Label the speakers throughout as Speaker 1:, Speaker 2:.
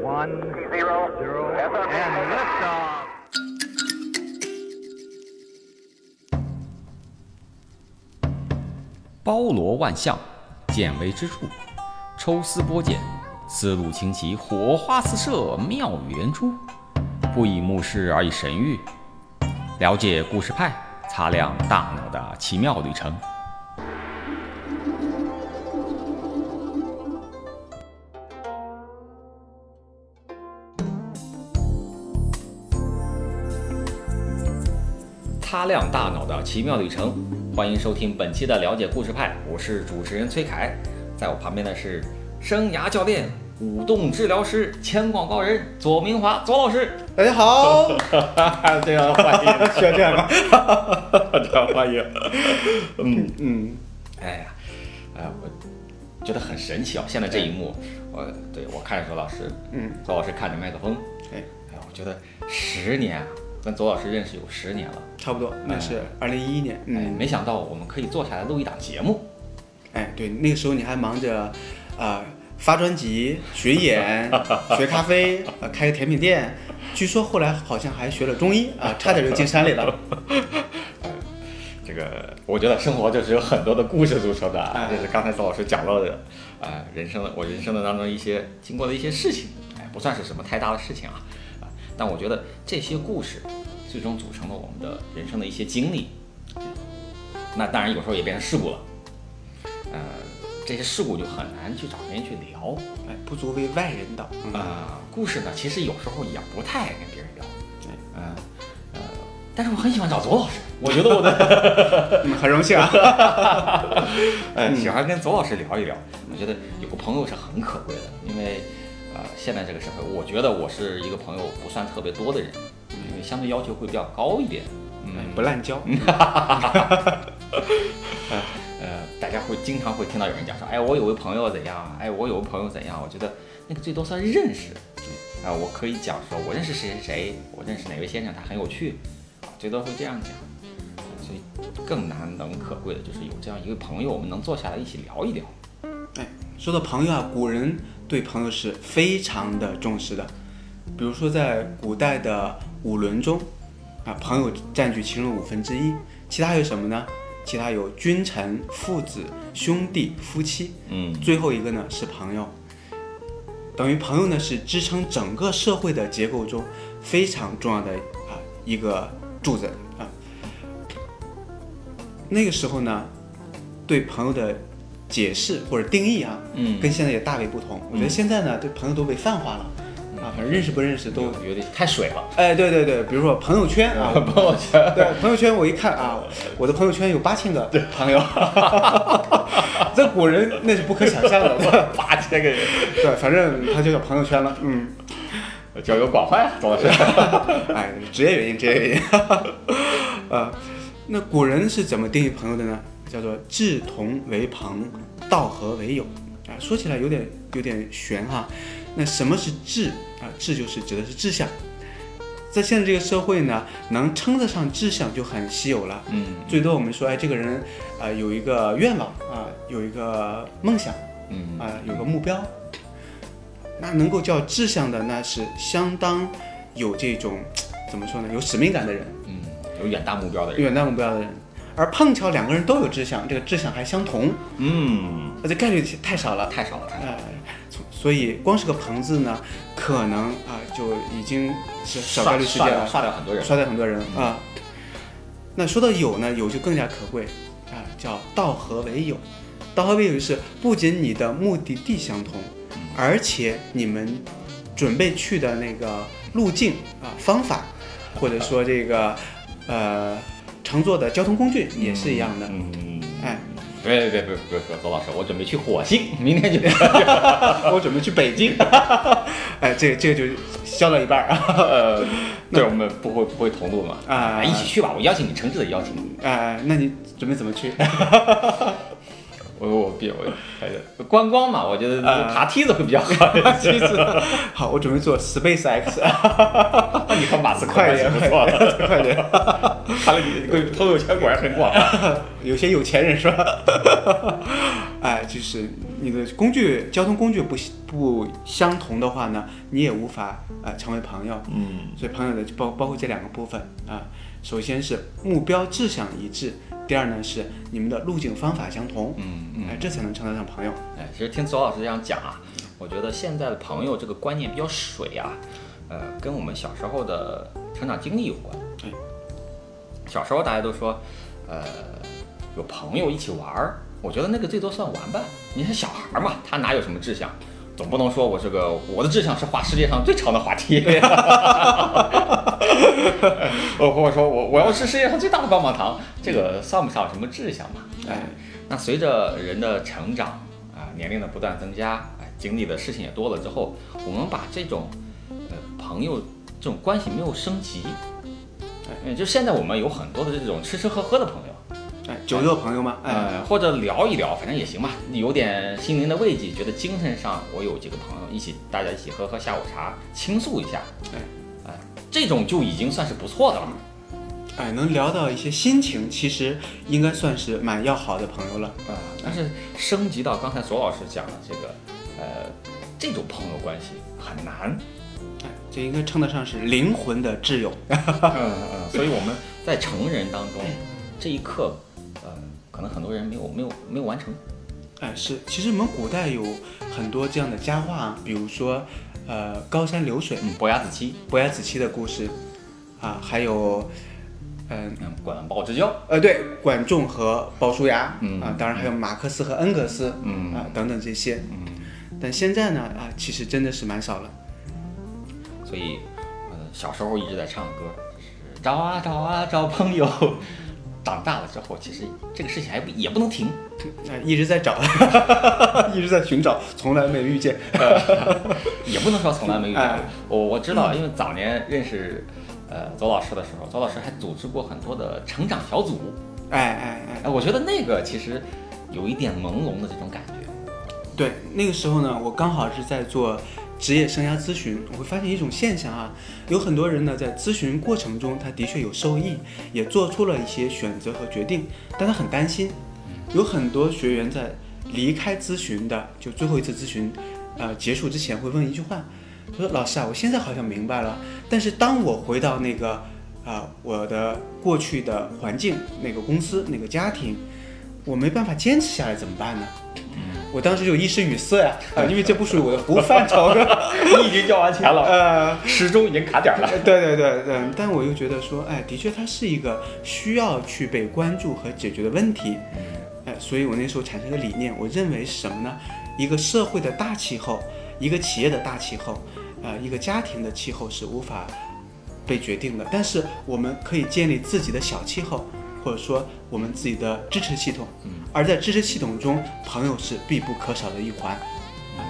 Speaker 1: One zero zero and liftoff.
Speaker 2: 包罗万象，见微知著，抽丝剥茧，思路清奇，火花四射，妙语连珠。不以目视而以神域，了解故事派，擦亮大脑的奇妙旅程。擦亮大脑的奇妙旅程，欢迎收听本期的了解故事派，我是主持人崔凯，在我旁边的是生涯教练、舞动治疗师、前广告人左明华左老师，
Speaker 3: 大家好，
Speaker 2: 这样欢 迎，
Speaker 3: 需要这样吗？
Speaker 2: 这样欢迎，嗯，
Speaker 3: 嗯，
Speaker 2: 哎呀，哎呀，我觉得很神奇啊、现在这一幕，我对我看着左老师，
Speaker 3: 嗯，
Speaker 2: 左老师看着麦克风，
Speaker 3: 哎，
Speaker 2: 哎呀，我觉得十年啊，跟左老师认识有十年了。
Speaker 3: 差不多，那是二零一一年，
Speaker 2: 哎，
Speaker 3: 嗯，
Speaker 2: 没想到我们可以坐下来录一档节目。
Speaker 3: 哎，对，那个时候你还忙着，呃，发专辑、学演、学咖啡、呃，开个甜品店，据说后来好像还学了中医啊、差点就进山里了。
Speaker 2: 这个我觉得生活就是有很多的故事组成的啊，这是刚才曹老师讲到的，啊、人生的我人生的当中一些经过的一些事情，哎，不算是什么太大的事情啊，啊，但我觉得这些故事最终组成了我们的人生的一些经历，那当然有时候也变成事故了，呃，这些事故就很难去找别人去聊
Speaker 3: 哎，不足为外人道。
Speaker 2: 啊、
Speaker 3: 嗯
Speaker 2: 故事呢，其实有时候也不太爱跟别人聊，嗯、呃，但是我很喜欢找左老师，我觉得我的。
Speaker 3: 嗯，很荣幸啊。
Speaker 2: 呃，喜欢跟左老师聊一聊。我觉得有个朋友是很可贵的，因为呃，现在这个社会，我觉得我是一个朋友不算特别多的人，因为相对要求会比较高一点。
Speaker 3: 哎
Speaker 2: 嗯，
Speaker 3: 不滥交。
Speaker 2: 呃，大家会经常会听到有人讲说，哎，我有个朋友怎样，哎，我有个朋友怎样。我觉得那个最多算认识。啊、我可以讲说，我认识谁谁谁，我认识哪位先生，他很有趣，啊最多会这样讲。所以更难能可贵的就是有这样一个朋友，我们能坐下来一起聊一聊。
Speaker 3: 哎，说到朋友啊，古人对朋友是非常的重视的。比如说，在古代的五伦中，啊，朋友占据其中五分之一，其他有什么呢？其他有君臣、父子、兄弟、夫妻，
Speaker 2: 嗯
Speaker 3: 最后一个呢是朋友。等于朋友呢是支撑整个社会的结构中非常重要的啊一个柱子啊。那个时候呢，对朋友的解释或者定义啊，
Speaker 2: 嗯
Speaker 3: 跟现在也大为不同。我觉得现在呢，对朋友都被泛化了啊，
Speaker 2: 嗯
Speaker 3: 反正认识不认识都
Speaker 2: 都。有点太水了。
Speaker 3: 哎，对对对，比如说朋友圈啊，
Speaker 2: 朋友圈。
Speaker 3: 对朋友圈我一看啊，我的朋友圈有八千个朋友，这古人那是不可想象的。
Speaker 2: 八千个人，
Speaker 3: 对，反正他就叫朋友圈了。嗯，
Speaker 2: 交友广泛呀，总是。
Speaker 3: 哎，职业原因，职业原因。 呃，那古人是怎么定义朋友的呢？叫做志同为朋，道合为友。啊，说起来有点有点悬哈。那什么是志啊？志就是指的是志向。在现在这个社会呢，能称得上志向就很稀有了。
Speaker 2: 嗯
Speaker 3: 最多我们说，哎，这个人啊、有一个愿望啊、有一个梦想。
Speaker 2: 嗯
Speaker 3: 啊、有个目标，那能够叫志向的，那是相当有这种怎么说呢，有使命感的人，
Speaker 2: 嗯，有远大目标的
Speaker 3: 有
Speaker 2: 人。
Speaker 3: 远大目标的人。而碰巧两个人都有志向，这个志向还相同，
Speaker 2: 嗯，
Speaker 3: 那这概率太少了。
Speaker 2: 太少了，太少了。
Speaker 3: 呃，所所以光是个“朋”字呢，可能啊、就已经是小概率事
Speaker 2: 刷
Speaker 3: 件
Speaker 2: 掉
Speaker 3: 了，
Speaker 2: 刷掉很多人。
Speaker 3: 刷掉很多人啊、那说到友呢，友就更加可贵啊、叫道合为友。道合为友是不仅你的目的地相同，而且你们准备去的那个路径啊、方法，或者说这个呃乘坐的交通工具也是一样的。
Speaker 2: 嗯，
Speaker 3: 哎，
Speaker 2: 别别别别别，左老师，我准备去火星，明天就。
Speaker 3: 我准备去北京，哎，这个这个就消到一半儿啊。
Speaker 2: 呃，对，我们不会不会同路嘛？
Speaker 3: 啊
Speaker 2: 哎一起去吧，我邀请你，诚挚的邀请你。
Speaker 3: 哎，那你准备怎么去？
Speaker 2: 我我别我，哎呀观光嘛，我觉得
Speaker 3: 啊
Speaker 2: 爬梯子会比较好。
Speaker 3: 其实，好，我准备坐 SpaceX。
Speaker 2: 你和马斯克
Speaker 3: 快
Speaker 2: 关系
Speaker 3: 点，
Speaker 2: 不错，
Speaker 3: 快点！
Speaker 2: 看来你朋友圈果然很广。
Speaker 3: 有些有钱人是吧？哎、就是你的工具交通工具不不相同的话呢，你也无法呃成为朋友。
Speaker 2: 嗯
Speaker 3: 所以朋友的包包括这两个部分啊，首先是目标志向一致，第二呢是你们的路径方法相同，
Speaker 2: 嗯嗯，
Speaker 3: 哎，这才能称得上朋友。
Speaker 2: 哎，其实听左老师这样讲啊，我觉得现在的朋友这个观念比较水啊，呃，跟我们小时候的成长经历有关。
Speaker 3: 对，
Speaker 2: 小时候大家都说，呃，有朋友一起玩儿，我觉得那个最多算玩伴。你是小孩儿嘛，他哪有什么志向？总不能说我这个我的志向是滑世界上最长的滑梯，
Speaker 3: 啊
Speaker 2: 我呃或者说我我要吃世界上最大的棒棒糖，这个算不上有什么志向嘛。
Speaker 3: 哎，
Speaker 2: 那随着人的成长啊、年龄的不断增加，哎、经历的事情也多了之后，我们把这种呃朋友这种关系没有升级，哎、就现在我们有很多的这种吃吃喝喝的朋友，
Speaker 3: 哎，酒肉朋友吗？哎，
Speaker 2: 呃，或者聊一聊，反正也行吧，有点心灵的慰藉，觉得精神上我有几个朋友一起，大家一起喝喝下午茶，倾诉一下，
Speaker 3: 哎
Speaker 2: 哎、这种就已经算是不错的了。
Speaker 3: 哎，能聊到一些心情，其实应该算是蛮要好的朋友了。
Speaker 2: 啊，但是升级到刚才左老师讲的这个，呃，这种朋友关系很难。
Speaker 3: 哎，这应该称得上是灵魂的挚友。
Speaker 2: 嗯嗯，所以我们在成人当中这一刻，呃，可能很多人没有没有没有完成。
Speaker 3: 哎，是，其实我们古代有很多这样的佳话啊，比如说，呃，高山流水、
Speaker 2: 嗯，伯牙子期，
Speaker 3: 伯牙子期的故事，啊，还有，嗯、
Speaker 2: 嗯，管鲍之交，
Speaker 3: 呃，对，管仲和鲍叔牙，
Speaker 2: 嗯
Speaker 3: 啊，当然还有马克思和恩格斯，
Speaker 2: 嗯
Speaker 3: 啊，等等这些。
Speaker 2: 嗯，
Speaker 3: 但现在呢，啊，其实真的是蛮少了。
Speaker 2: 所以，呃，小时候一直在唱歌，就是找啊找啊找朋友。 长大了之后，其实这个事情还不也不能停，
Speaker 3: 啊，一直在找， 一直在寻找，从来没遇见。
Speaker 2: 也不能说从来没遇见
Speaker 3: 哎。
Speaker 2: 我我知道，因为早年认识，呃，邹老师的时候，邹老师还组织过很多的成长小组。
Speaker 3: 哎哎哎，
Speaker 2: 哎，我觉得那个其实有一点朦胧的这种感觉。
Speaker 3: 对，那个时候呢，我刚好是在做职业生涯咨询，我会发现一种现象啊，有很多人呢在咨询过程中，他的确有受益，也做出了一些选择和决定，但他很担心。有很多学员在离开咨询的，就最后一次咨询，呃，结束之前会问一句话，他说：“老师啊，我现在好像明白了，但是当我回到那个啊、我的过去的环境、那个公司、那个家庭，我没办法坚持下来，怎么办呢？”我当时就一时语塞呀、啊，因为这不属于我的服务范畴，是吧？
Speaker 2: 你已经交完钱了，
Speaker 3: 呃，
Speaker 2: 时钟已经卡点儿了。
Speaker 3: 对对对，嗯，但我又觉得说，哎，的确它是一个需要去被关注和解决的问题，
Speaker 2: 嗯
Speaker 3: 哎，所以我那时候产生的理念，我认为是什么呢？一个社会的大气候，一个企业的大气候，呃，一个家庭的气候是无法被决定的，但是我们可以建立自己的小气候，或者说我们自己的支持系统，而在支持系统中，朋友是必不可少的一环。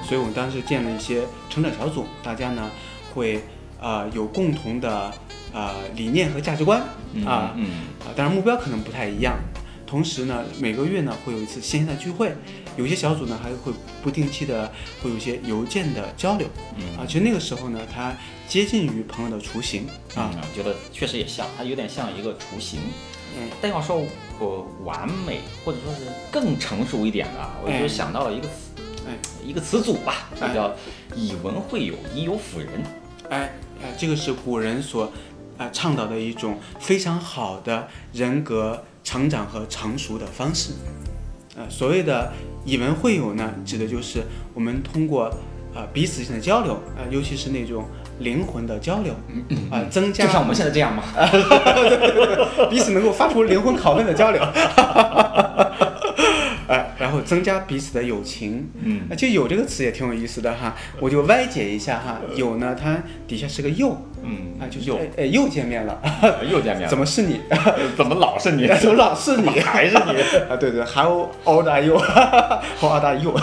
Speaker 3: 所以我们当时建了一些成长小组，大家呢会呃有共同的呃理念和价值观啊、
Speaker 2: 嗯
Speaker 3: 啊，当然目标可能不太一样。同时呢，每个月呢会有一次线下的聚会，有些小组呢还会不定期的会有一些邮件的交流
Speaker 2: 嗯
Speaker 3: 啊。其实那个时候呢，它接近于朋友的雏形啊。
Speaker 2: 嗯，我觉得确实也像，它有点像一个雏形。
Speaker 3: 嗯，
Speaker 2: 但要说我完美，或者说是更成熟一点的，我就
Speaker 3: 哎
Speaker 2: 想到了一个词，
Speaker 3: 哎
Speaker 2: 一个词组吧，就
Speaker 3: 哎
Speaker 2: 叫以文会友，以友辅人。
Speaker 3: 哎哎，这个是古人所啊倡导的一种非常好的人格成长和成熟的方式。呃，所谓的以文会友呢，指的就是我们通过呃彼此间的交流，呃，尤其是那种灵魂的交流，啊、增加
Speaker 2: 就像我们现在嗯这样嘛。哎
Speaker 3: 彼此能够发出灵魂拷问的交流，哎，然后增加彼此的友情。
Speaker 2: 嗯
Speaker 3: 啊，就“友”这个词也挺有意思的哈，我就歪解一下哈，“友”呢，它底下是个“又”，
Speaker 2: 嗯
Speaker 3: 啊，就是
Speaker 2: 又
Speaker 3: 哎哎又见面了，
Speaker 2: 又见面了，哎
Speaker 3: 怎么是你？
Speaker 2: 怎么老是你？
Speaker 3: 怎么老是你？
Speaker 2: 还是你？
Speaker 3: 啊，对对，How old are you？How old are you？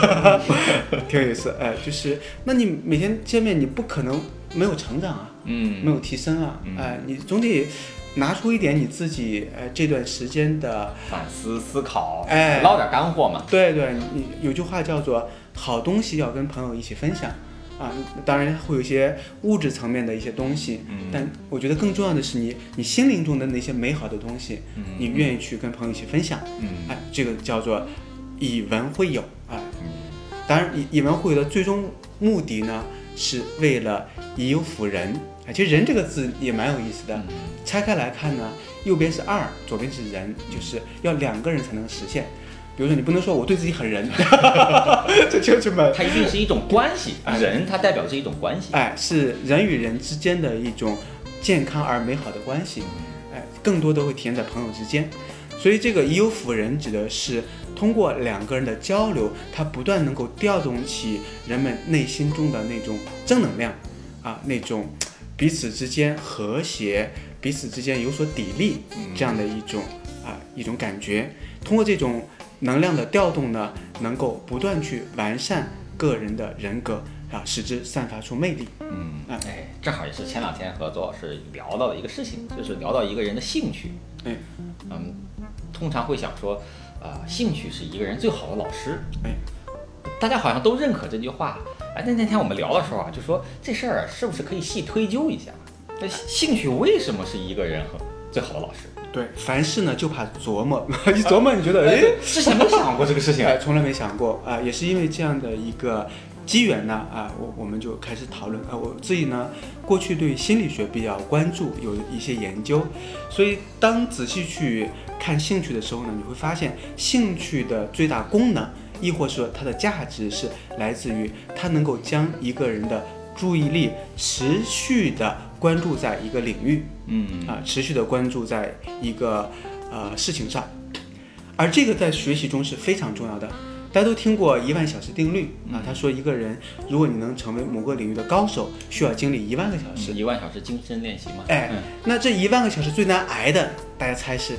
Speaker 3: 挺有意思，哎，就是那你每天见面，你不可能没有成长啊，
Speaker 2: 嗯
Speaker 3: 没有提升啊，哎，你总得拿出一点你自己呃这段时间的，
Speaker 2: 反思思考，
Speaker 3: 哎
Speaker 2: 捞点干货嘛。
Speaker 3: 对对，你有句话叫做好东西要跟朋友一起分享。啊，当然会有一些物质层面的一些东西，
Speaker 2: 嗯
Speaker 3: 但我觉得更重要的是你你心灵中的那些美好的东西，
Speaker 2: 嗯
Speaker 3: 你愿意去跟朋友一起分享，哎
Speaker 2: 嗯
Speaker 3: 哎，这个叫做以文会友当然，以以文会友的最终目的呢，是为了以友辅仁。哎，其实“仁”这个字也蛮有意思的，拆开来看呢，右边是二，左边是仁，就是要两个人才能实现。比如说，你不能说我对自己很仁， 这就就蛮
Speaker 2: 它一定是一种关系，人它代表是一种关系。
Speaker 3: 哎，是人与人之间的一种健康而美好的关系，哎，更多的会体现在朋友之间。所以这个以友辅人指的是通过两个人的交流，它不断能够调动起人们内心中的那种正能量，啊，那种彼此之间和谐、彼此之间有所砥砺这样的一种啊一种感觉。通过这种能量的调动呢，能够不断去完善个人的人格啊，使之散发出魅力。
Speaker 2: 嗯，哎，正好也是前两天合作是聊到的一个事情，就是聊到一个人的兴趣。
Speaker 3: 哎
Speaker 2: 嗯，通常会想说，啊、兴趣是一个人最好的老师。
Speaker 3: 哎，
Speaker 2: 大家好像都认可这句话。哎，那那天我们聊的时候啊，就说这事儿啊是不是可以细推究一下？那兴趣为什么是一个人最好的老师？
Speaker 3: 对，凡事呢就怕琢磨， 一琢磨你 觉得哎。
Speaker 2: 之前没想过这个事情啊
Speaker 3: 哎，。从来没想过啊、也是因为这样的一个机缘呢，啊、我我们就开始讨论啊、我自己呢，过去对心理学比较关注，有一些研究，所以当仔细去看兴趣的时候呢，你会发现兴趣的最大功能，亦或说它的价值是来自于它能够将一个人的注意力持续的关注在一个领域，
Speaker 2: 嗯
Speaker 3: 啊，持续的关注在一个呃事情上，而这个在学习中是非常重要的。大家都听过一万小时定律啊，他说一个人如果你能成为某个领域的高手，需要经历一万个小时。
Speaker 2: 一万小时精深练习嘛。
Speaker 3: 哎
Speaker 2: 嗯，
Speaker 3: 那这一万个小时最难挨的，大家猜是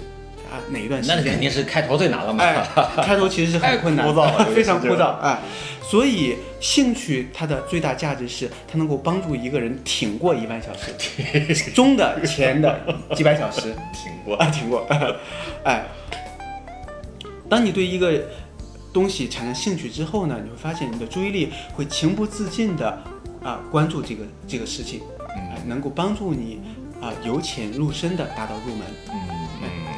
Speaker 3: 啊哪一段时
Speaker 2: 那
Speaker 3: 间？
Speaker 2: 肯定哎是开头最难了嘛。
Speaker 3: 哎，开头其实是很困难，
Speaker 2: 太枯燥 了
Speaker 3: 非常
Speaker 2: 这
Speaker 3: 枯
Speaker 2: 个事情
Speaker 3: 燥。哎，所以兴趣它的最大价值是它能够帮助一个人挺过一万小 时，中的、前的几百小时。
Speaker 2: 挺 过。
Speaker 3: 啊，听过。哎，当你对一个东西产生兴趣之后呢，你会发现你的注意力会情不自禁的啊、关注这个这个事情，
Speaker 2: 嗯
Speaker 3: 哎，能够帮助你啊、由浅入深的达到入门。
Speaker 2: 嗯嗯，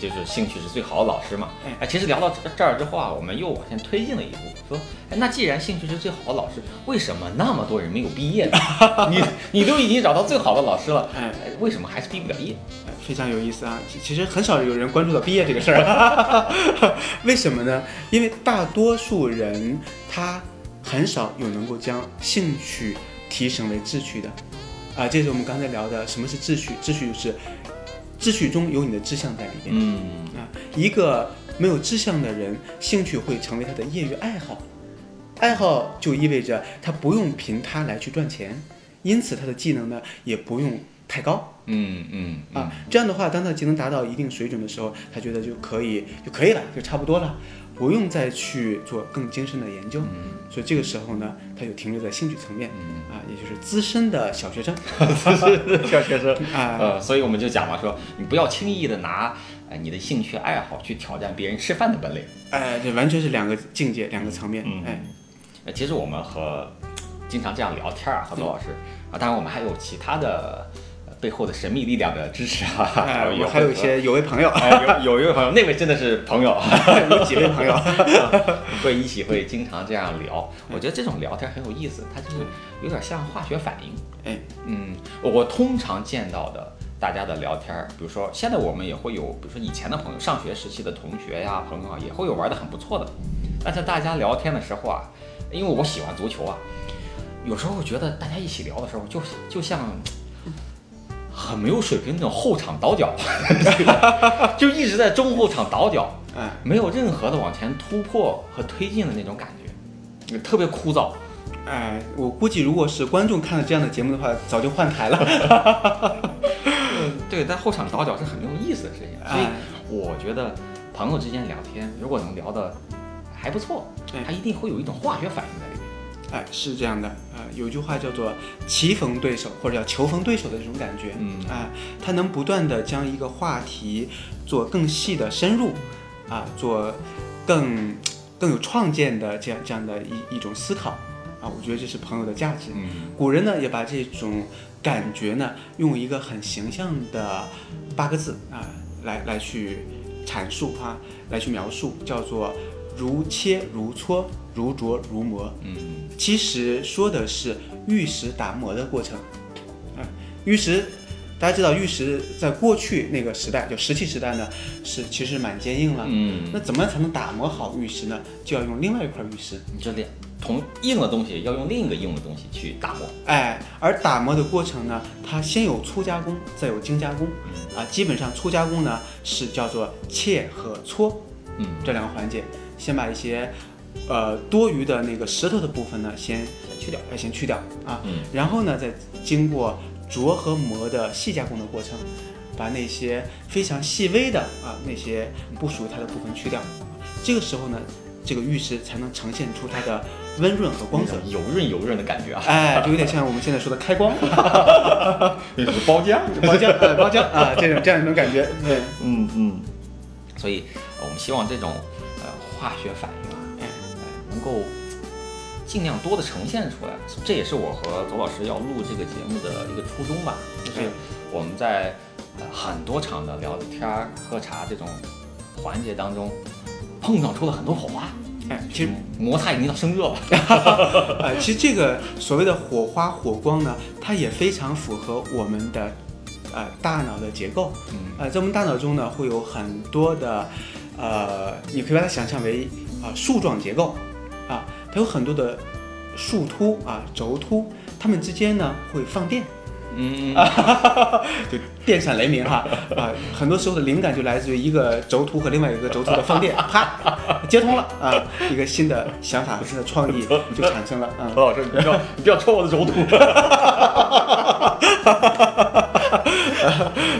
Speaker 2: 这就是兴趣是最好的老师嘛
Speaker 3: 哎。
Speaker 2: 哎，其实聊到这这儿之后啊，我们又往前推进了一步，说，哎，那既然兴趣是最好的老师，为什么那么多人没有毕业呢？ 你你都已经找到最好的老师了，
Speaker 3: 哎，
Speaker 2: 哎为什么还是毕不了业？
Speaker 3: 哎非常有意思啊！其其实很少有人关注到毕业这个事儿， 为什么呢？因为大多数人他很少有能够将兴趣提升为志趣的，啊，这是我们刚才聊的什么是志趣，志趣就是志趣中有你的志向在里面、
Speaker 2: 嗯，
Speaker 3: 啊。一个没有志向的人，兴趣会成为他的业余爱好，爱好就意味着他不用凭它来去赚钱，因此他的技能呢也不用太高。
Speaker 2: 嗯嗯
Speaker 3: 啊，这样的话，当他技能达到一定水准的时候，他觉得就可以就可以了，就差不多了，不用再去做更精深的研究。所以这个时候呢，他就停留在兴趣层面，啊，也就是资深的小学生
Speaker 2: 小学生
Speaker 3: 啊，
Speaker 2: 呃，所以我们就讲嘛，说你不要轻易的拿哎你的兴趣爱好去挑战别人吃饭的本领。
Speaker 3: 哎，这完全是两个境界，两个层面，
Speaker 2: 嗯
Speaker 3: 哎，
Speaker 2: 呃，其实我们和经常这样聊天儿啊，和罗老师
Speaker 3: 嗯
Speaker 2: 啊，当然我们还有其他的呃背后的神秘力量的支持啊，
Speaker 3: 哎，
Speaker 2: 也
Speaker 3: 我
Speaker 2: 会
Speaker 3: 还有一
Speaker 2: 和，
Speaker 3: 些有位朋友
Speaker 2: 哎有有一位朋友，那位真的是朋友，
Speaker 3: 有几位朋友，
Speaker 2: 会一起会经常这样聊。我觉得这种聊天很有意思，它就是有点像化学反应。
Speaker 3: 哎，
Speaker 2: 嗯，我我通常见到的大家的聊天儿，比如说现在我们也会有，比如说以前的朋友，上学时期的同学呀、朋友啊，也会有玩的很不错的。但是大家聊天的时候啊，因为我喜欢足球啊，有时候我觉得大家一起聊的时候就，就像。很没有水平那种后场倒脚， 就一直在中后场倒脚，
Speaker 3: 哎，
Speaker 2: 没有任何的往前突破和推进的那种感觉，特别枯燥。
Speaker 3: 哎，我估计如果是观众看了这样的节目的话，早就换台了，
Speaker 2: 对，但后场倒脚是很没有意思的事情，所以
Speaker 3: 哎
Speaker 2: 我觉得朋友之间聊天，如果能聊得还不错
Speaker 3: 哎，
Speaker 2: 他一定会有一种化学反应在里面。
Speaker 3: 哎，是这样的，啊，有句话叫做棋逢对手或者叫球逢对手的这种感觉，
Speaker 2: 嗯
Speaker 3: 啊，它能不断的将一个话题做更细的深入，啊，做更更有创建的这样这样的一一种思考，啊，我觉得这是朋友的价值。
Speaker 2: 嗯
Speaker 3: 古人呢也把这种感觉呢用一个很形象的八个字啊来来去阐述啊，来去描述，叫做如切如搓如琢如磨，
Speaker 2: 嗯
Speaker 3: 其实说的是玉石打磨的过程。啊，玉石，大家知道玉石在过去那个时代，就石器时代呢，是其实蛮坚硬了。
Speaker 2: 嗯，
Speaker 3: 那怎么才能打磨好玉石呢？就要用另外一块玉石。
Speaker 2: 你这嗯两同硬的东西要用另一个硬的东西去打磨，
Speaker 3: 哎，而打磨的过程呢，它先有粗加工，再有精加工。啊，基本上粗加工呢是叫做切和搓
Speaker 2: 嗯，
Speaker 3: 这两个环节，先把一些呃多余的那个石头的部分呢先
Speaker 2: 先去掉，
Speaker 3: 哎先去掉啊，
Speaker 2: 嗯
Speaker 3: 然后呢再经过琢和磨的细加工的过程，把那些非常细微的啊那些不属于它的部分去掉，这个时候呢，这个玉石才能呈现出它的温润和光泽。
Speaker 2: 油润油润的感觉啊，
Speaker 3: 哎，就有点像我们现在说的开光，
Speaker 2: 那 是包浆，
Speaker 3: 包浆，呃，包浆啊，这种这样一种感觉，对，
Speaker 2: 嗯嗯，所以呃我们希望这种呃化学反应啊，
Speaker 3: 哎
Speaker 2: 呃能够尽量多的呈现出来。这也是我和左老师要录这个节目的一个初衷吧，就是
Speaker 3: 嗯
Speaker 2: 我们在、呃很多场的聊天儿、喝茶这种环节当中，碰撞出了很多火花，嗯
Speaker 3: 哎，其实
Speaker 2: 摩擦已经到生热了。
Speaker 3: 呃，其实这个所谓的火花火光呢，它也非常符合我们的呃大脑的结构。
Speaker 2: 嗯
Speaker 3: 呃，在我们大脑中呢，会有很多的呃，你可以把它想象为啊、树状结构啊，它有很多的树突啊、轴突，它们之间呢会放电。
Speaker 2: 嗯，
Speaker 3: 就电闪雷鸣哈啊、很多时候的灵感就来自于一个轴突和另外一个轴突的放电，啪，接通了啊、一个新的想法、新的创意就产生了啊、
Speaker 2: 何 老师，你不要你不要戳我的轴度。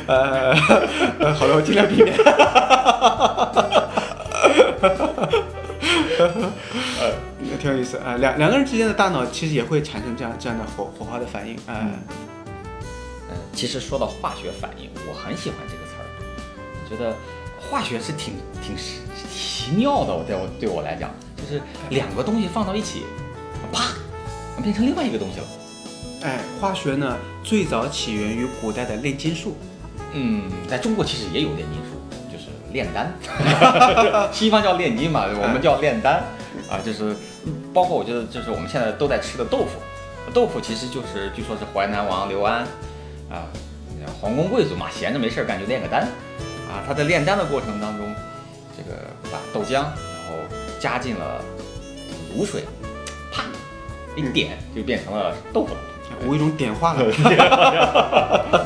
Speaker 3: 呃呃，好了，我尽量避免。 呃，挺有意思啊、两两个人之间的大脑其实也会产生这样这样的火火花的反应啊、
Speaker 2: 嗯，其实说到化学反应，我很喜欢这个词儿，我觉得化学是挺挺是奇妙的。我对我对我来讲，就是两个东西放到一起，啪，变成另外一个东西了。
Speaker 3: 哎，化学呢最早起源于古代的炼金术，
Speaker 2: 嗯，在中国其实也有炼金术，就是炼丹，西方叫炼金嘛，我们叫炼丹啊，就是包括我觉得就是我们现在都在吃的豆腐，豆腐其实就是据说是淮南王刘安啊，皇宫贵族嘛，闲着没事儿干就炼个丹啊，他在炼丹的过程当中，这个把豆浆然后加进了卤水，啪一点就变成了豆腐了，
Speaker 3: 无一种点化了。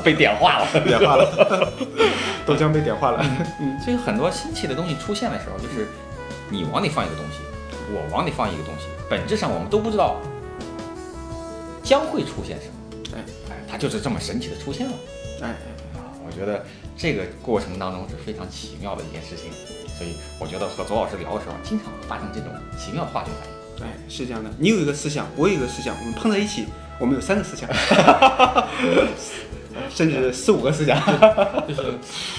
Speaker 2: 被点化了。
Speaker 3: 点化了， 豆浆被点化了。嗯，
Speaker 2: 所以很多新奇的东西出现的时候，就是你往里放一个东西，我往里放一个东西，本质上我们都不知道将会出现什么，
Speaker 3: 哎
Speaker 2: 哎，它就是这么神奇的出现了。
Speaker 3: 哎，
Speaker 2: 啊，我觉得这个过程当中是非常奇妙的一件事情，所以我觉得和左老师聊的时候，经常会发生这种奇妙的化学反应。
Speaker 3: 哎，是这样的，你有一个思想，我有一个思想，我们碰在一起，我们有三个 思想，甚至四五个 思想。哎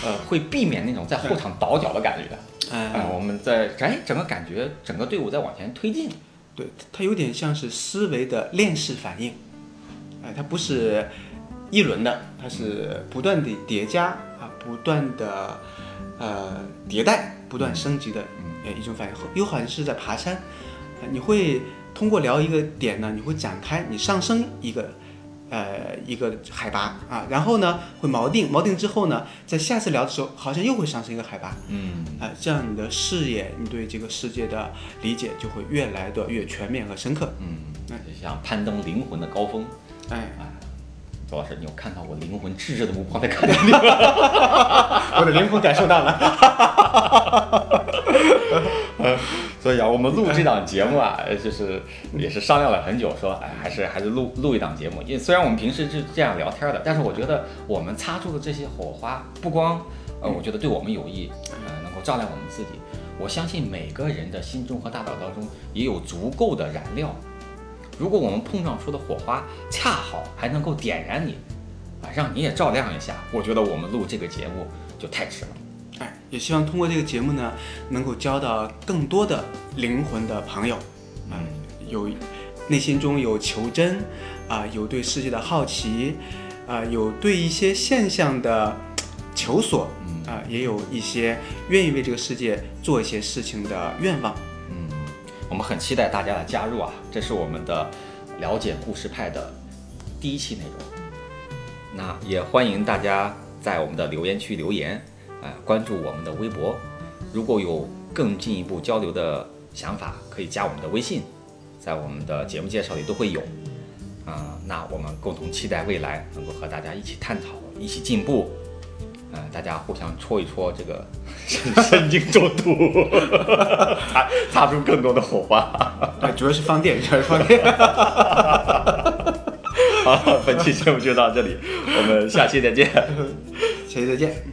Speaker 2: 呃，会避免那种在后场倒脚的感觉。哎、
Speaker 3: 哎，
Speaker 2: 我们在哎，整个感觉整个队伍在往前推进。
Speaker 3: 对，它有点像是思维的链式反应。哎，它不是一轮的，它是不断的叠加啊，不断的呃迭代，不断升级的呃一种反应，又好像是在爬山，呃你会通过聊一个点呢，你会展开，你上升一个呃一个海拔啊，然后呢会锚定，锚定之后呢，在下次聊的时候，好像又会上升一个海拔
Speaker 2: 嗯
Speaker 3: 啊，这样你的视野，你对这个世界的理解就会越来的越全面和深刻。
Speaker 2: 嗯，就像攀登灵魂的高峰。
Speaker 3: 哎，
Speaker 2: 左老师，你有看到我灵魂炽热的目光在看着 你？
Speaker 3: 我的灵魂感受到了。
Speaker 2: 所以啊，我们录这档节目啊，呃就是也是商量了很久，说哎，还是还是录录一档节目。因为虽然我们平时是这样聊天的，但是我觉得我们擦出的这些火花，不光呃，我觉得对我们有益，呃，能够照亮我们自己。我相信每个人的心中和大脑当中也有足够的燃料。如果我们碰撞出的火花恰好还能够点燃你，啊，让你也照亮一下，我觉得我们录这个节目就太迟了。
Speaker 3: 哎，也希望通过这个节目呢，能够交到更多的灵魂的朋友，
Speaker 2: 嗯。
Speaker 3: 有内心中有求真，啊、有对世界的好奇，啊、有对一些现象的嘖求索，啊、也有一些愿意为这个世界做一些事情的愿望。
Speaker 2: 嗯我们很期待大家的加入啊！这是我们的了解故事派的第一期内容。那也欢迎大家在我们的留言区留言，呃，关注我们的微博。如果有更进一步交流的想法，可以加我们的微信，在我们的节目介绍里都会有。啊、那我们共同期待未来能够和大家一起探讨，一起进步。呃，大家互相戳一戳这个神经中毒，擦擦出更多的火花。
Speaker 3: 啊，主要是放电，主要是放电。
Speaker 2: 好，本期节目就到这里，我们下期再见。
Speaker 3: 下期再见。